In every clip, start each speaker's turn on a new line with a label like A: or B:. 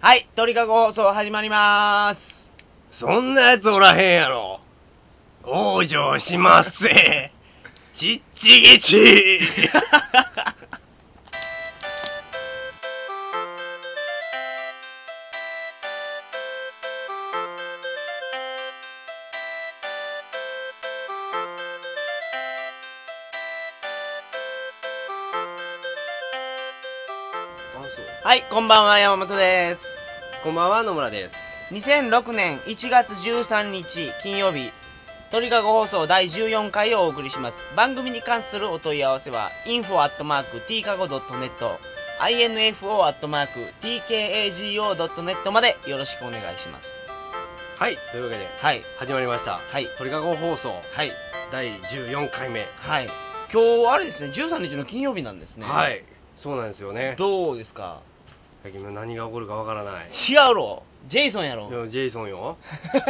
A: はい、鳥かご放送始まりまーす。
B: そんなやつおらへんやろ。往生しますせ。ちっちぎち。
A: はい、こんばんは、山本です。
B: こんばんは、野村です。
A: 2006年1月13日金曜日、鳥かご放送第14回をお送りします。番組に関するお問い合わせは、info.tkago.net、info.tkago.net までよろしくお願いします。
B: はい、というわけで、
A: はい、
B: 始まりました。
A: はい、
B: 鳥かご放送、
A: はい、
B: 第14回目。
A: はい。今日、あれですね、13日の金曜日なんですね。
B: は。い。そうなんですよね。
A: どうですか
B: 最近何が起こるかわからない。
A: 違うろジェイソンやろ
B: でもジェイソンよ。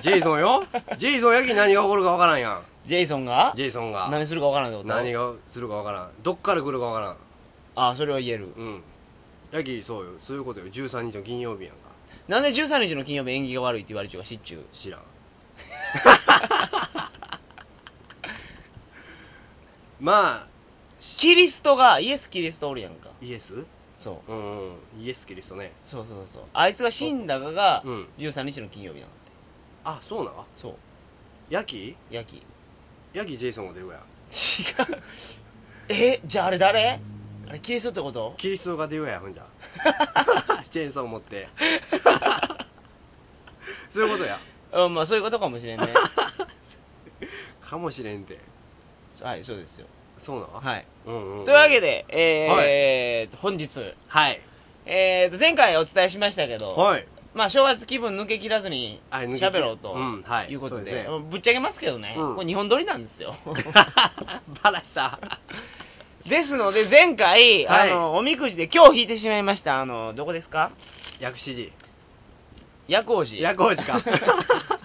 B: ジェイソン よ。ジェイソンやき何が起こるかわからんや
A: ジェイソンが
B: ん。ジェイソンが。
A: 何するか分からんってこと
B: 何がするかわからん。どっから来るかわからん。
A: ああそれは言える
B: うん。やき、そうよ。そういうことよ。13日の金曜日やんか。
A: なんで13日の金曜日縁起が悪いって言われちゅうかしっちゅう
B: 知ら んまあ
A: キリストがイエス・キリストおるやんか
B: イエス
A: そう
B: うん、うん、イエスキリストね
A: そうそうそうあいつが死んだがが
B: うん
A: 13日の金曜日なの
B: あそうなの
A: そう
B: ヤキ
A: ヤキ違う
B: ヤキジェイソンが出るやん
A: えじゃああれ誰あれキリストってこと
B: キリストが出るやんほ んじゃジェイソン持って そういうことや
A: うんまあそういうことかもしれんね
B: かもしれんて
A: はいそうですよ
B: そうなの
A: はい
B: うんうん、
A: というわけでえー本日
B: はい
A: えーと前回お伝えしましたけど
B: はい
A: まあ正月気分抜け切らずに
B: あ抜けて
A: 喋ろうと
B: んはい
A: いうこと
B: そ
A: で
B: すね
A: ぶっちゃけますけどね、
B: うん
A: これ日本撮りなんですよ
B: バラした
A: ですので前回、
B: はい
A: あのおみくじで今日引いてしまいましたあのどこですか
B: 薬師寺
A: 薬王寺
B: 薬王寺 か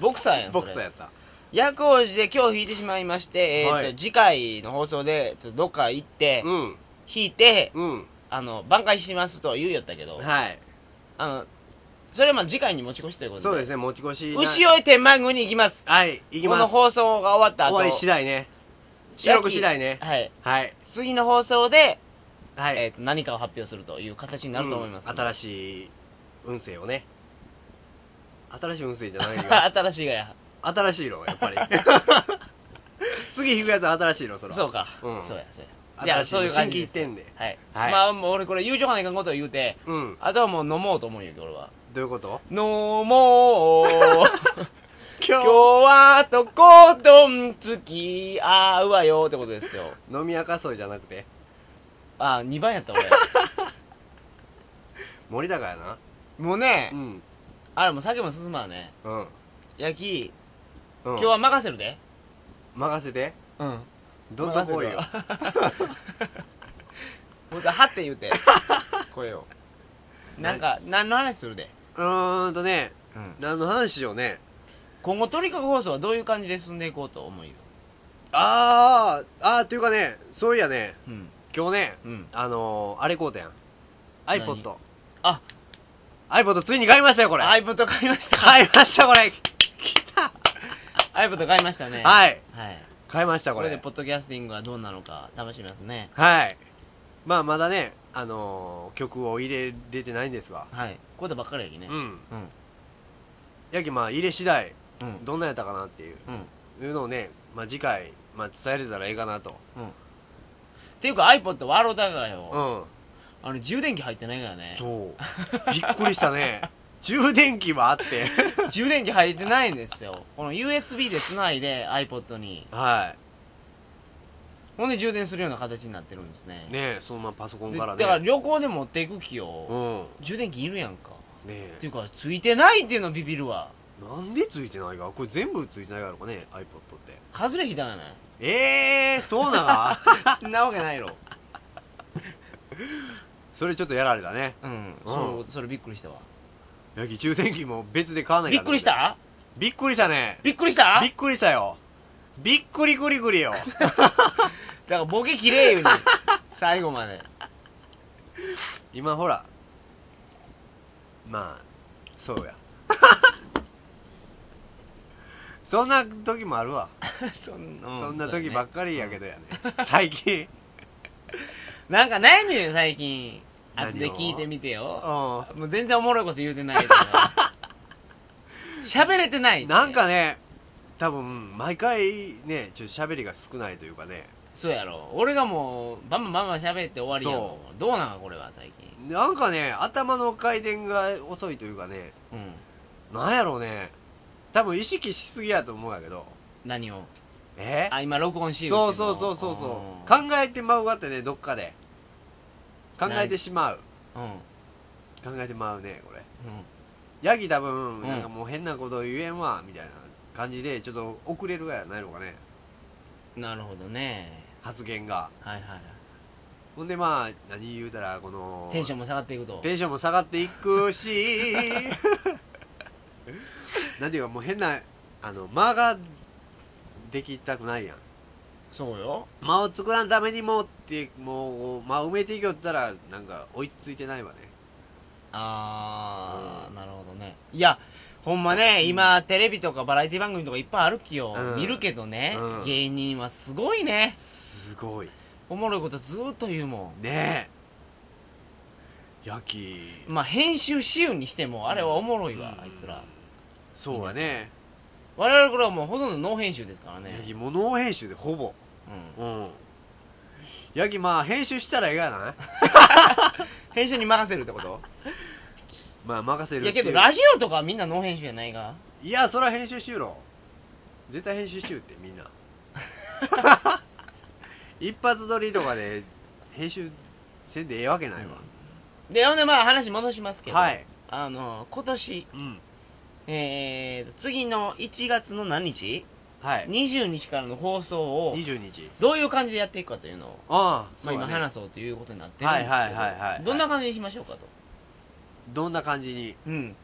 A: ボクサーやんそれ
B: ボクサーやった
A: 薬王寺で今日引いてしまいまして、えーと
B: はい
A: 次回の放送でちょっとどっか行って、
B: うん
A: 引いて
B: うん
A: あの挽回しますとは言うよったけど、
B: はい
A: あのそれはまあ次回に持ち越しということで
B: そうですね、持ち越しな。
A: 牛追い天満宮に行きます
B: はい、行きま
A: この
B: す。
A: 放送が終わった後
B: 終わり次第ね。収録次第ね。
A: はい
B: はい。
A: 次の放送で、
B: はい。
A: えーと何かを発表するという形になると思います、
B: うん新しい運勢をね。新しい運勢じゃないよ。
A: 新しいがや
B: 新しいの、やっ ぱり。次引くやつは新しいの、そら。
A: そうか、
B: うん
A: そうやそうやじゃあ
B: 新しい
A: そうい
B: の。
A: う感
B: 新
A: じ
B: 規
A: で
B: 一
A: す
B: 点で。
A: はい、
B: はい
A: まあもう俺これ友情かないかんことを言うて
B: うん。
A: あとはもう飲もうと思うよ俺 は
B: どういうこと
A: 飲もう
B: 今
A: 今日はとことん付き合うわよってことですよ
B: 飲み明かそうじゃなくて、
A: あ2番や った俺
B: 森高やな。
A: もうね
B: うん。
A: あれもう酒も進まんね
B: うん。
A: ヤキ
B: 今
A: 今日は任せるで
B: 任せて。
A: うん
B: どんとこいよ。
A: ほんとはって言う て声をなんか何の話するで、
B: うーんとね、何の話しようね。
A: 今後トリカゴ放送はどういう感じで進んでいこうと思うよ
B: あー、あーっていうかね、そういやね、
A: うん
B: 今日ね、
A: うん
B: あのー、あれこうたやん。
A: 何
B: iPod。
A: あ
B: iPod ついに買いましたよ、これ。
A: iPod 買いました
B: 買いました、これ。
A: iPod 買いましたねい、
B: はい。
A: はい、
B: 買いました、
A: こ
B: こ
A: れ
B: れ。
A: でポッドキャスティングはどうなのか楽しみますね
B: はい。まあ、まだね、あのー、曲を入れれてないんですわ。
A: はいこうだばっかりやきね
B: うん。
A: うん
B: やき、まあ、入れ次第、
A: うん
B: どんなんやったかなっていう、
A: うんっ
B: いうのをね、まあ、次回、まあ、伝えれたらええかなと。
A: ていうか iPod 笑うたがよ、
B: うん。
A: あの充電器入ってないからね
B: そう。びっくりした ね。充電器はあって。
A: 充電器入ってないんですよこの USB でつないで iPod に
B: は
A: ほんで充電するような形になってるんですね
B: い。ねそのままパソコン
A: で
B: か
A: だ
B: らね。
A: から旅行で持っていく気
B: う
A: を
B: ん。
A: 充電器いるやんか
B: ね
A: っていうかついてないっていうのビビるわ
B: なんでついてないかこれ全部ついてないからかね iPod って
A: 外れひたがない
B: ええー、そうなが
A: なわけないろ
B: それちょっとやられたね
A: うん、
B: うん
A: そうそれびっくりしたわ
B: ヤギ充電器も別で買わない
A: びっくりした
B: びっくりしたね
A: びっくりした
B: びっくりしたよびっくりくりくりよ
A: だからボケきれい よね最後まで
B: 今ほらまあそうや。 そんな時もあるわ。
A: そん
B: そんな時ばっかりやけ
A: ど。
B: どやね。最近。
A: なんか悩んでるよ、最近。後で
B: 何を
A: 聞いてみてよ。
B: う
A: もう全然おもろいこと言うてないけ ど。喋れてないっ
B: ん。
A: て。
B: なんかね、多分、毎回ね、ちょっと喋りが少ないというかね。
A: そうやろ。俺がもう、バンバンバンバン喋って終わりやもん。どうなんこれは、最近。
B: なんかね、頭の回転が遅いというかね、
A: うん。
B: なんやろうね。多分意識しすぎやと思うんやけど。
A: 何を。
B: え
A: あ、今、録音しよ
B: そうそうそうそうそう。
A: かん。
B: 考えてまうわってね、どっかで。考えてしまう。
A: うん。うん。
B: 考えてまうね、これ。ヤギ多分、なんかもう変なこと言えんわ、みたいな感じで、ちょっと遅れるがやないのかね、
A: なるほどね。
B: 発言が。
A: はいはいはい。
B: ほんでまあ、何言うたら、この、
A: テンショ
B: ン
A: ンも下がっていくと。
B: テンションも下がっていく し、なんていうか、もう変な、あの、間ができたくないやん。
A: そうよ。
B: 間を作らんためにもって、もう、間を埋めていきよったら、なんか追いついてないわね。
A: あー、
B: うん
A: なるほどねいやほんまね今、テレビとかバラエティ番組とかいっぱいあるきよ、
B: うん
A: 見るけどね、
B: うん
A: 芸人はすごいね
B: すごい。
A: おもろいことずーっと言うも
B: ねえ。ヤギ。
A: んまあ編集しゆうにしてもあれはおもろいわ、
B: うん
A: あいつら。
B: そうやね。
A: 我々これはもうほとんどノー編集ですからね
B: ヤギもノー編集でほぼ
A: うん
B: うんヤギまあ編集したらええ がな
A: 編集に任せるってこと
B: まあ任せ
A: い
B: る
A: やけど
B: ラ
A: ラジオとかはみんなノー編集やないが
B: いやそら編集しよろ絶対編集しようってみ んな一発撮りとかで編集せんでええわけないわ、
A: でほんでまあ話戻しますけど、
B: はい、
A: あの今年
B: うん、
A: えーと次の1月の何日
B: はい
A: 20日からの放送を
B: 20日
A: どういう感じでやっていくかというのを、
B: ああ
A: ま
B: そ
A: あ、
B: う
A: 今
B: だ、ね
A: 話そうということになってるんですけど、
B: はいはいはいはいはい
A: どんな感じにしましょうかと、
B: どんな感じに
A: うん、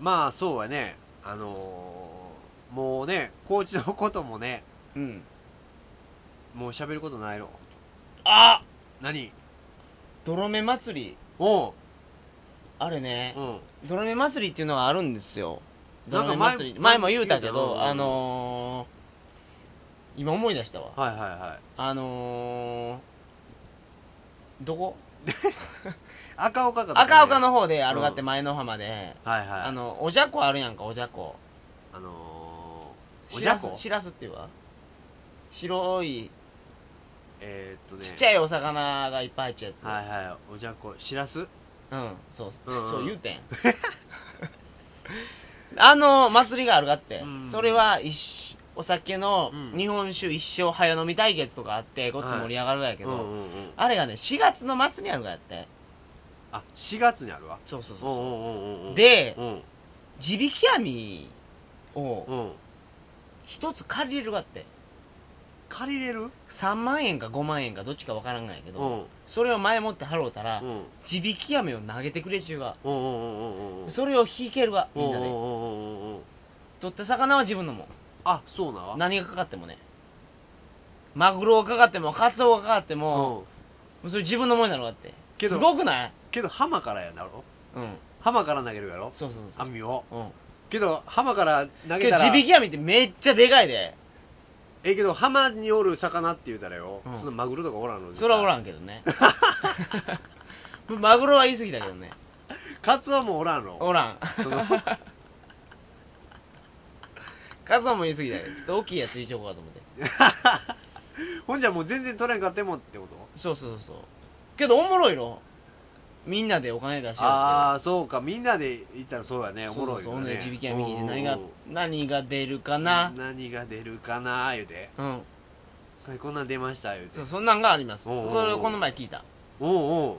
B: まあそうやねあのーもうねコーチのこともね
A: うん、
B: もう喋ることないろ
A: あ
B: 何
A: 泥目祭り
B: おう
A: あれね
B: う、ん
A: 泥目祭りっていうのがあるんですよ
B: なん
A: 泥
B: か
A: 目
B: 前
A: 祭り前も言うたけ
B: う
A: ど
B: ん
A: あのー、今思い出したわ
B: はいはいはい
A: あのー、どこ
B: 赤岡かとかね
A: 赤岡の方であるがって前の浜で、
B: はいはい
A: あのおじゃこあるやんかおじゃこ
B: あのー、お
A: し
B: じゃ
A: らす
B: こ
A: しらすっていうわ白い
B: えーっとね
A: ちっちゃいお魚がいっぱい入っちゃうやつ、
B: はいはいおじゃこしらす
A: うん、そう、
B: うんうん
A: そう言うてん。 あの祭りがあるがって、
B: うん
A: それは一緒お酒の
B: うん
A: 日本酒一生早飲み対決とかあって、ごっつ盛り上がるがやけ
B: う
A: ど、
B: んうんうん
A: あれがね、4月の末にあるがやって。
B: あ4月にあるわ
A: そうそうそううん
B: う
A: そ
B: んうんうんう
A: う。
B: ん
A: で、
B: うん
A: 地引き網を
B: うん
A: 一つ借りれるがって。
B: 借りれる
A: 3万円か5万円かどっちかわからんがやけ
B: うんう
A: ど、
B: ん
A: それを前もって払うたら
B: う、ん
A: 地引き網を投げてくれちゅうが、
B: うんうんうんうんうん
A: それを引けるが、みんな
B: うん
A: で。
B: うんうんうんうん
A: 取った魚は自分のもん。
B: あそうなわ
A: 何がかかってもねマグロがかかってもカツオがかかっても、
B: うん
A: それ自分のものになるわって
B: けど
A: すごくない
B: けど浜からやだろ
A: うん
B: 浜から投げるやろ
A: そうそうそう
B: 網を
A: うん
B: けど浜から投げ
A: け
B: た
A: ど
B: ら
A: 地引き網ってめっちゃでかいで
B: ええけど浜におる魚って言うたらよ、
A: うん
B: そのマグロとかおらんの
A: それはおら
B: ん
A: んけど ねマグロは言い過ぎだけどね
B: カツオもおらんの
A: おらん
B: その
A: カツオも言い過ぎだけど大きいやついちょこうかと思って
B: ほんじゃもう全然取れんかってもってこと
A: そうそうそうそうけどおもろいろみんなでお金出しようって
B: ああそうかみんなで行ったらそうやねおもろい
A: そうそうそ
B: よ
A: うほん
B: ね
A: で地引き網引いて何が
B: うんうん
A: 何が出るか
B: うん
A: な
B: 何が出るかな言うて
A: うん
B: はいこんなん出ました言うて
A: そうそんなんがあります
B: おうおうおう
A: これをこの前聞いた
B: おうお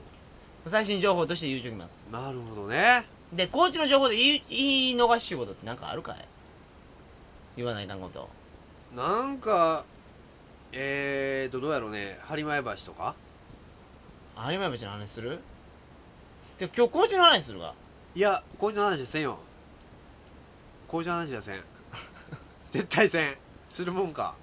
A: 最新情報として言うときます
B: うなるほどね
A: でコーチの情報で言い言い逃し事ってなんかあるかい言わないかんこと
B: なんかえーとどうやろうね播磨橋とか
A: 有馬橋の話するで今日コーチの話するわ
B: いや工事の話せんよ工事の話 はせん絶対せんするもんか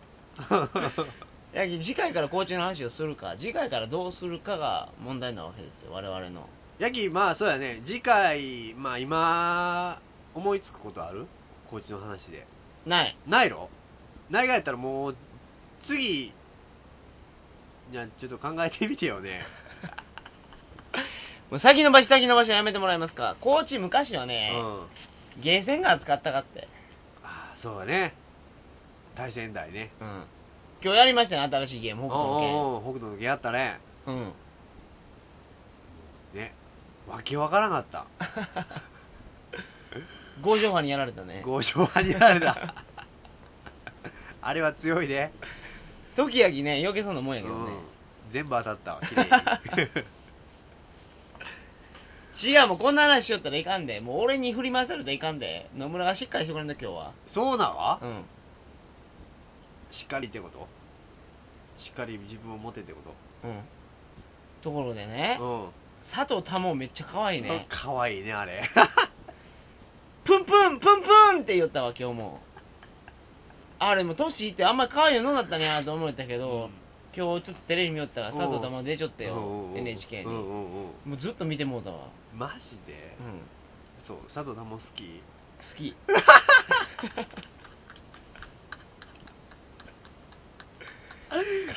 A: いや次回からコーチの話をするか次回からどうするかが問題なわけですよ我々の
B: ヤギまあそうやね次回まあ今思いつくことあるコーチの話で。
A: ない。
B: ないろないがやったらもう、次、じゃあちょっと考えてみてよね。
A: もう先延ばし先延ばしはやめてもらえますか。コーチ昔は
B: うん。
A: ね、
B: あ
A: ゲーセンが扱ったかって。
B: あ、そうだね。対戦台ね。
A: うん。今日やりましたね、新しいゲーム、
B: おう
A: 北斗の
B: おうおう北斗の拳やったね。
A: 剣。うん。
B: ね。わけわからなかっ
A: 五条派にやられた
B: た。
A: ね。
B: 豪商派になれた。あれは強いね。
A: 時々ね、避けそうなもんやけ
B: う
A: どね
B: ん。。全部当たったわ、綺 麗に。
A: 違う、もうこんな話しよったらいかんで。もう俺に振り回されたらいかんで。野村がしっかりしてくれんだ、今日は。
B: そうなわ
A: うん。
B: しっかりってことしっかり自分を持てってこ
A: うん。ところでね、
B: と
A: 佐藤多門めっちゃ可愛い
B: うん。
A: ね。
B: かわいいね、あれ。
A: プンプンプンプンって言ったわ今日もあれも年いってあんま可愛いのなったねと思ったけど、今日ちょっとテレビ見よったら佐藤たま出ちょってよ
B: うんうん
A: NHK に
B: うん
A: も
B: うんうん
A: うずっと見てもうたわ、
B: マジで、
A: うん、好
B: そう佐藤さんも好き
A: き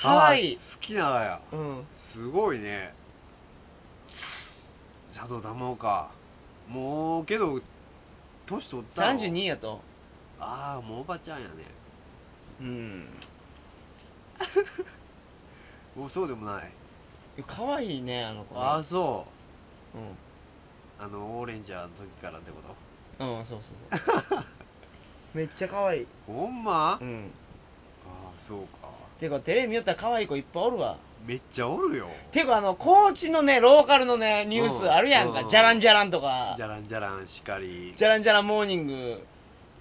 A: 可愛
B: あ
A: い
B: 好きなのや
A: うん
B: すごいね佐藤さんもかもうけど年取ったの
A: 32やと
B: ああもうおばちゃんやね
A: うん
B: もうそうでもない
A: 可愛いねあの子ね
B: ああそ
A: うん
B: うあのオレンジャーの時からってこと
A: うんそうそうそう めっちゃ可愛い
B: ほんま、
A: う
B: あ
A: ん
B: あそうか
A: てかテレビ見よったら可愛い子いっぱいおるわ
B: めっちゃおるよ
A: てかあの高知のねローカルのねニュースあるやん
B: う
A: か
B: ん
A: じゃらんじゃらんとか
B: じゃらんじゃらんしかり
A: じゃらんじゃらんモーニング。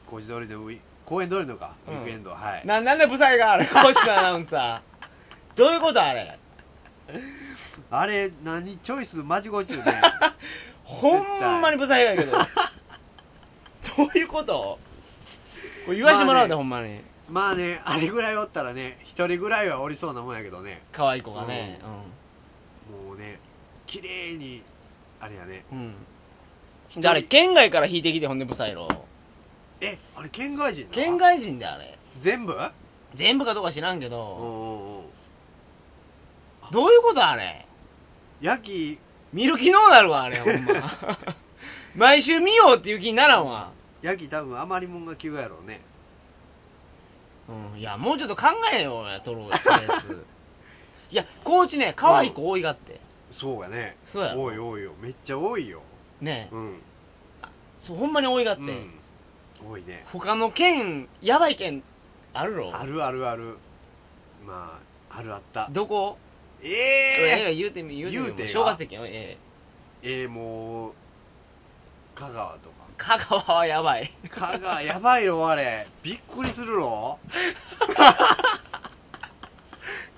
B: 工事通りのウィ公園通りのか、
A: うん
B: ウィークエンドはい
A: な、なんでブサイがあれ、講師のアナウンサー。 どういうことあれ。
B: あれ何チョイス間違うちゅ うね
A: ほんまにブサイがやけど。どういうことこれ言わしてもらうで、ほ
B: まあね
A: んまに。
B: まあねあれぐらいおったらね一人ぐらいはおりそうなもんやけどね
A: 可愛い子がね。
B: もうね綺麗にあれやね
A: うん。うん。で、あれ、県外から引いてきて、ほんでブサイロ。
B: えあれ県外人な
A: 県外人であれ。
B: 全部
A: 全部かどうか知らんけ
B: おう
A: ど、
B: おうおう
A: どういうことあれ。
B: ヤキ
A: 見る気のうなるわ、あれ、ほんま。 毎週見ようっていう気にならんわ。
B: ヤキ多分余りもんが急やろうね
A: うん、いや、もうちょっと考えようや、トロやったや つ。いや、高知ね、可愛い子多いがって。
B: そうやね
A: そうやろ
B: 多い多いよめっちゃ多いよ
A: ねえ
B: うん
A: そう、ほんまに多いがって。
B: うん多いね
A: 他の県、やばい県、あるろ
B: あるあるあるまああるあった
A: どこ
B: ええ
A: ええ言うてみ、言うてみ。
B: 言うてが
A: 正月駅よ、ええ
B: えー、もう香川とか
A: 香川はや ばい。
B: 香川やばいよあれびっくりするろ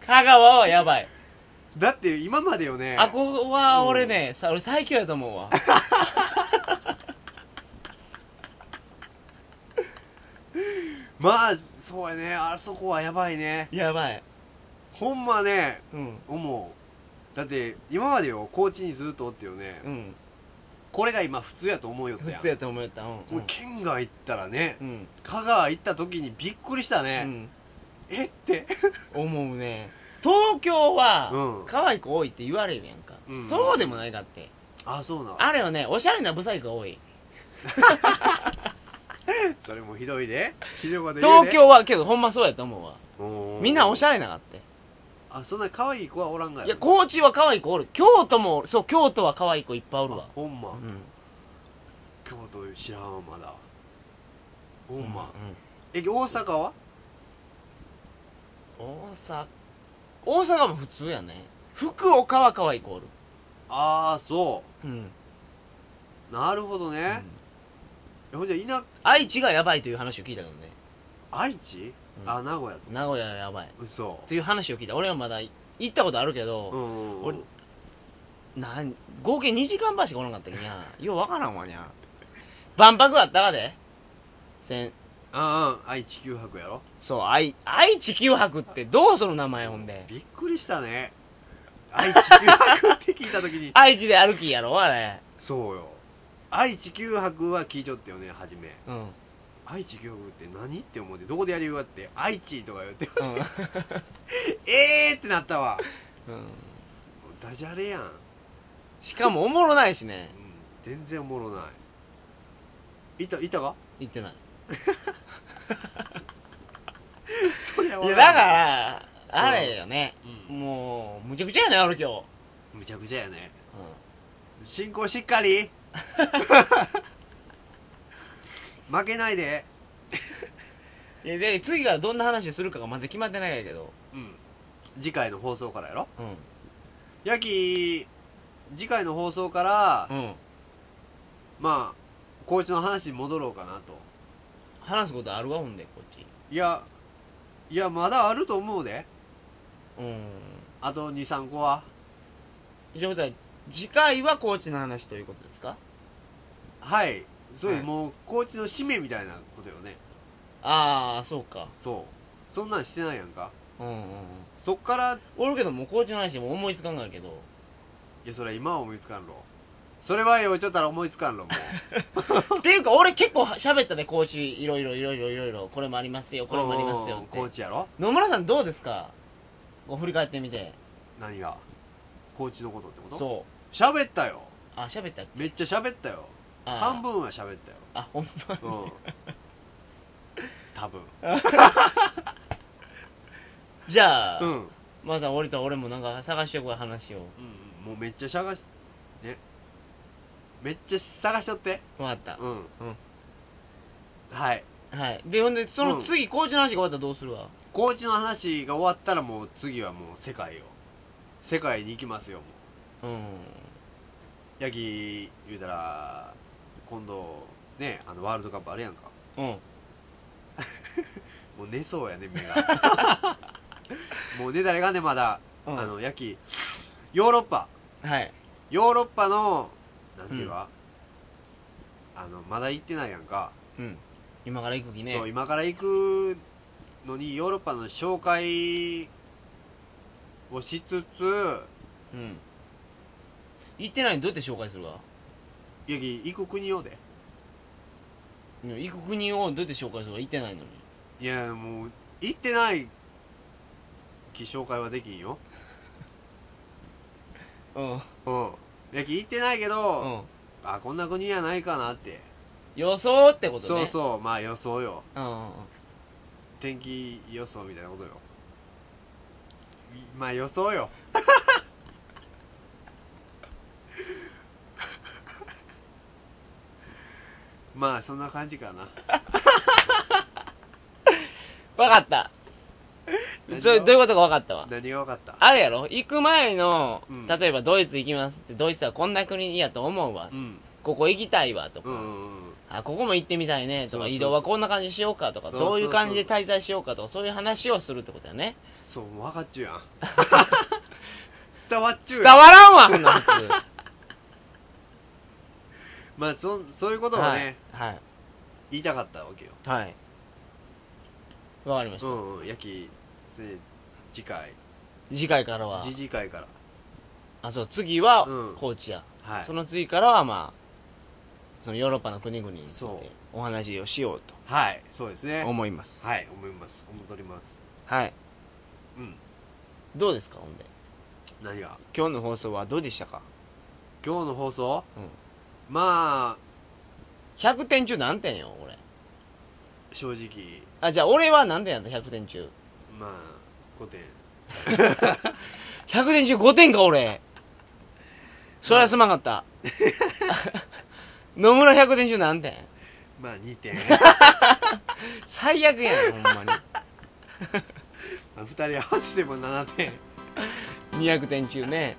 A: 香川はやばい。
B: だって今までよね
A: あ、ここは俺ね、さ俺最強やと思う わ。
B: まあそうやねあそこはやばいね
A: やばい。
B: ほんまね
A: うん。
B: 思うだって今までよ高知にずっとおってよね、
A: うん。
B: これが今普通やと思うよって
A: 普
B: やん
A: 通やと思った。うん。
B: もう県外行ったらね
A: うん。
B: 香川行った時にびっくりした
A: う
B: ね、
A: ん。
B: えって
A: 思うね。東京は、
B: うん
A: 可愛い子多いって言われるやんか、
B: うん
A: そうでもないかって
B: あそうなの
A: あれはねおしゃれなブサイクが多い
B: それもひどいでひどいこと言
A: 東
B: うで
A: 京はけどほんまそうやと思うわ
B: 京
A: みんなおしゃ
B: れ
A: れながって
B: あそんな可愛い子はおらんが
A: いや高知は可愛い子おる京都もそう京都は可愛い子いっぱいおるわ
B: あほんま、
A: うん
B: 京都知らんわまだほんま、
A: うん
B: え大阪は
A: 大阪大阪も普通やね福岡は可愛い子おる
B: ああそ
A: うん
B: うなるほど
A: う
B: ね
A: ん、
B: えほんじゃいな
A: 愛知がやばいという話を聞いたけどね、
B: 愛知、
A: うん
B: あ名古屋と
A: 名古屋がやばい
B: 嘘
A: という話を聞いた俺はまだ行ったことあるけ
B: う
A: ど、
B: んうんう
A: 俺
B: ん
A: なん合計2時間ばしかおらんかったんやようわからんわにゃ万博あったかでせん
B: ああ愛知九博やろ
A: そう愛愛知九博ってどうその名前ほんで
B: びっくりしたね 愛知九博って聞いた時に
A: 愛知で歩きやろあれ
B: そうよ愛知九博は聞いちょってよね初め
A: うんうん
B: 愛知九博って何って思ってどこでやりようやって愛知とか言って えーってなったわ
A: うん
B: ダジャレやん、うん、
A: しかもおもろないしね
B: 全然おもろないいたいたか
A: 言ってない
B: そりゃ
A: い
B: 分
A: やだ
B: らん
A: からあれよね、
B: うん
A: もうむちゃくちゃやね俺今日、
B: むちゃくちゃやね進行しっかり 負けないで
A: いやで次からどんな話するかがまだ決まってないんやけど
B: うん次回の放送からやろ
A: うん
B: ヤキ次回の放送から、
A: うん
B: まあこいつの話に戻ろうかなと
A: 話すことあるわほんでこっち
B: いやいやまだあると思うで
A: うん
B: あと23個は
A: じゃあ次回はコーチの話ということですか
B: はいそういう、
A: はい
B: もうコーチの使命みたいなことよね
A: ああそうか
B: そうそんなんしてないやんか
A: うんうんうん
B: そっからい
A: おるけどもうコーチの話も思いつかんがけど
B: やそれは今は思いつかんろそれはよちょったら思いつかんろもう
A: っていうか俺結構喋ったねコーチいろいろいろいろいろいろこれもあります よこれもありますよ
B: うん
A: っ
B: コー
A: て
B: チやろ
A: 野村さんどうですかこう振り返ってみて
B: 何がコーチのことってこと
A: そう
B: 喋ったよ
A: あ喋ったっけ
B: めっちゃ喋ったよ
A: あー
B: 半分は喋ったよ
A: あほんま
B: うん多分
A: じゃあ、
B: うん、うん
A: また俺と俺もなんか探しておくわ話を
B: うん、もうめっちゃ探しねめっちゃ探しとって
A: 分かった
B: うん、
A: ん
B: はい
A: はいでほんでその
B: うん
A: 次、コーチの話が終わったらどうするわ
B: コーチの話が終わったらもう次はもう世界を世界に行きますよも
A: うん
B: うヤギ言うたら今度ねあのワールドカップあるやんか
A: うん
B: もう寝そうやね目が もうねだれがねまだ、
A: うん
B: あのヤキヨーロッパ
A: はい
B: ヨーロッパのなんていうか、あのまだ行ってないやんか、
A: うん今から行く気ね
B: そう今から行くのにヨーロッパの紹介をしつつ
A: うん行ってないのにどうやって紹介するわ
B: ヤギ行く国をで
A: うん行く国をどうやって紹介するか行ってないのに
B: いやもう行ってないき紹介はできんよ
A: うん
B: うんヤギ行ってないけど、
A: うん
B: あこんな国やないかなって
A: 予想ってことね
B: そうそうまあ予想よ
A: うんうんうん
B: 天気予想みたいなことよまあ予想よ まあそんな感じかな
A: 分かった
B: 何
A: それ
B: が
A: どういうことか分かったわ
B: 何が分かった
A: あれやろ行く前の、
B: うん
A: 例えばドイツ行きますってドイツはこんな国やと思うわ、
B: うん
A: ここ行きたいわとか、
B: うんうんうん
A: あここも行ってみたいねと
B: そうそう
A: か
B: そう
A: 移動はこんな感じしようかとか
B: そうそうそう
A: どういう感じで滞在しようかとかそういう話をするってことやね
B: そうもう分かっちゅうやん 伝わっちゅう
A: 伝
B: やん
A: わらんわこんなん普通
B: まあそそういうことをね、
A: はいはい
B: 言いたかったわけよ
A: はいわかりました、
B: うんうんやきそれ次回
A: 次回からは
B: 次次回から
A: あそう次は
B: うん
A: コーチや、
B: はい
A: その次からはまあそのヨーロッパの国々につい
B: そう
A: てお話をしようと
B: はいそうですね
A: 思います
B: はい思います思っとります
A: はい
B: うん
A: どうですかほんで
B: 何が
A: 今日の放送はどうでしたか
B: 今日の放送、
A: うん
B: まあ
A: 100点中何点よ俺
B: 正直
A: あじゃあ俺は何点やった100点中
B: まあ5点
A: 100点中5点か俺そりゃすまんかった 野村100点中何点
B: まあ2点
A: 最悪やんほんま
B: まあ2人合わせても7点
A: に200点中ね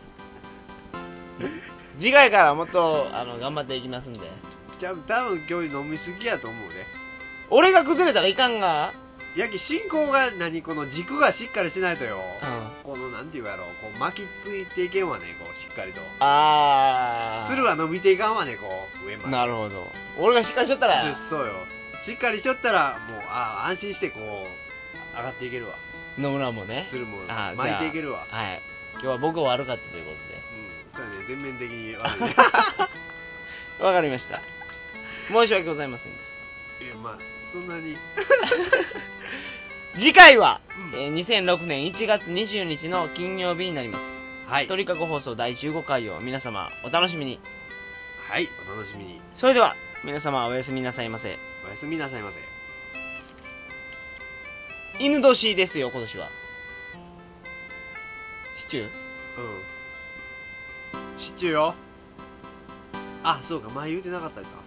A: 次回からもっとあの頑張っていきますんで
B: じゃあ多分今日飲みすぎやと思うね
A: 俺が崩れたらいかんが
B: やき進行が何この軸がしっかりしてないとよ、
A: あ
B: このなんていうやろこう巻きついていけんわねこうしっかりと
A: あー
B: 鶴は伸びていかんわねこう上まで
A: なるほど俺がしっかりしとったら
B: そうそうよしっかりしとったらもうああ安心してこう上がっていけるわ
A: 野村もね
B: 鶴も
A: あー
B: 巻いていけるわ
A: はい今日は僕は悪かったということで
B: うんそうやね全面的に悪いね
A: わかりました。申し訳ございませんでし
B: いやまあそんなに、
A: た。次回は、
B: うん
A: えー2006年1月20日の金曜日になります。
B: はい
A: 鳥かご放送第15回を皆様お楽しみに。
B: はいお楽しみに
A: それでは、皆様おやすみなさいませ。
B: おやすみなさいませ
A: 犬年ですよ、今年は。シチュー
B: うん。シチューよ。あ、そうか、前言うてなかったか。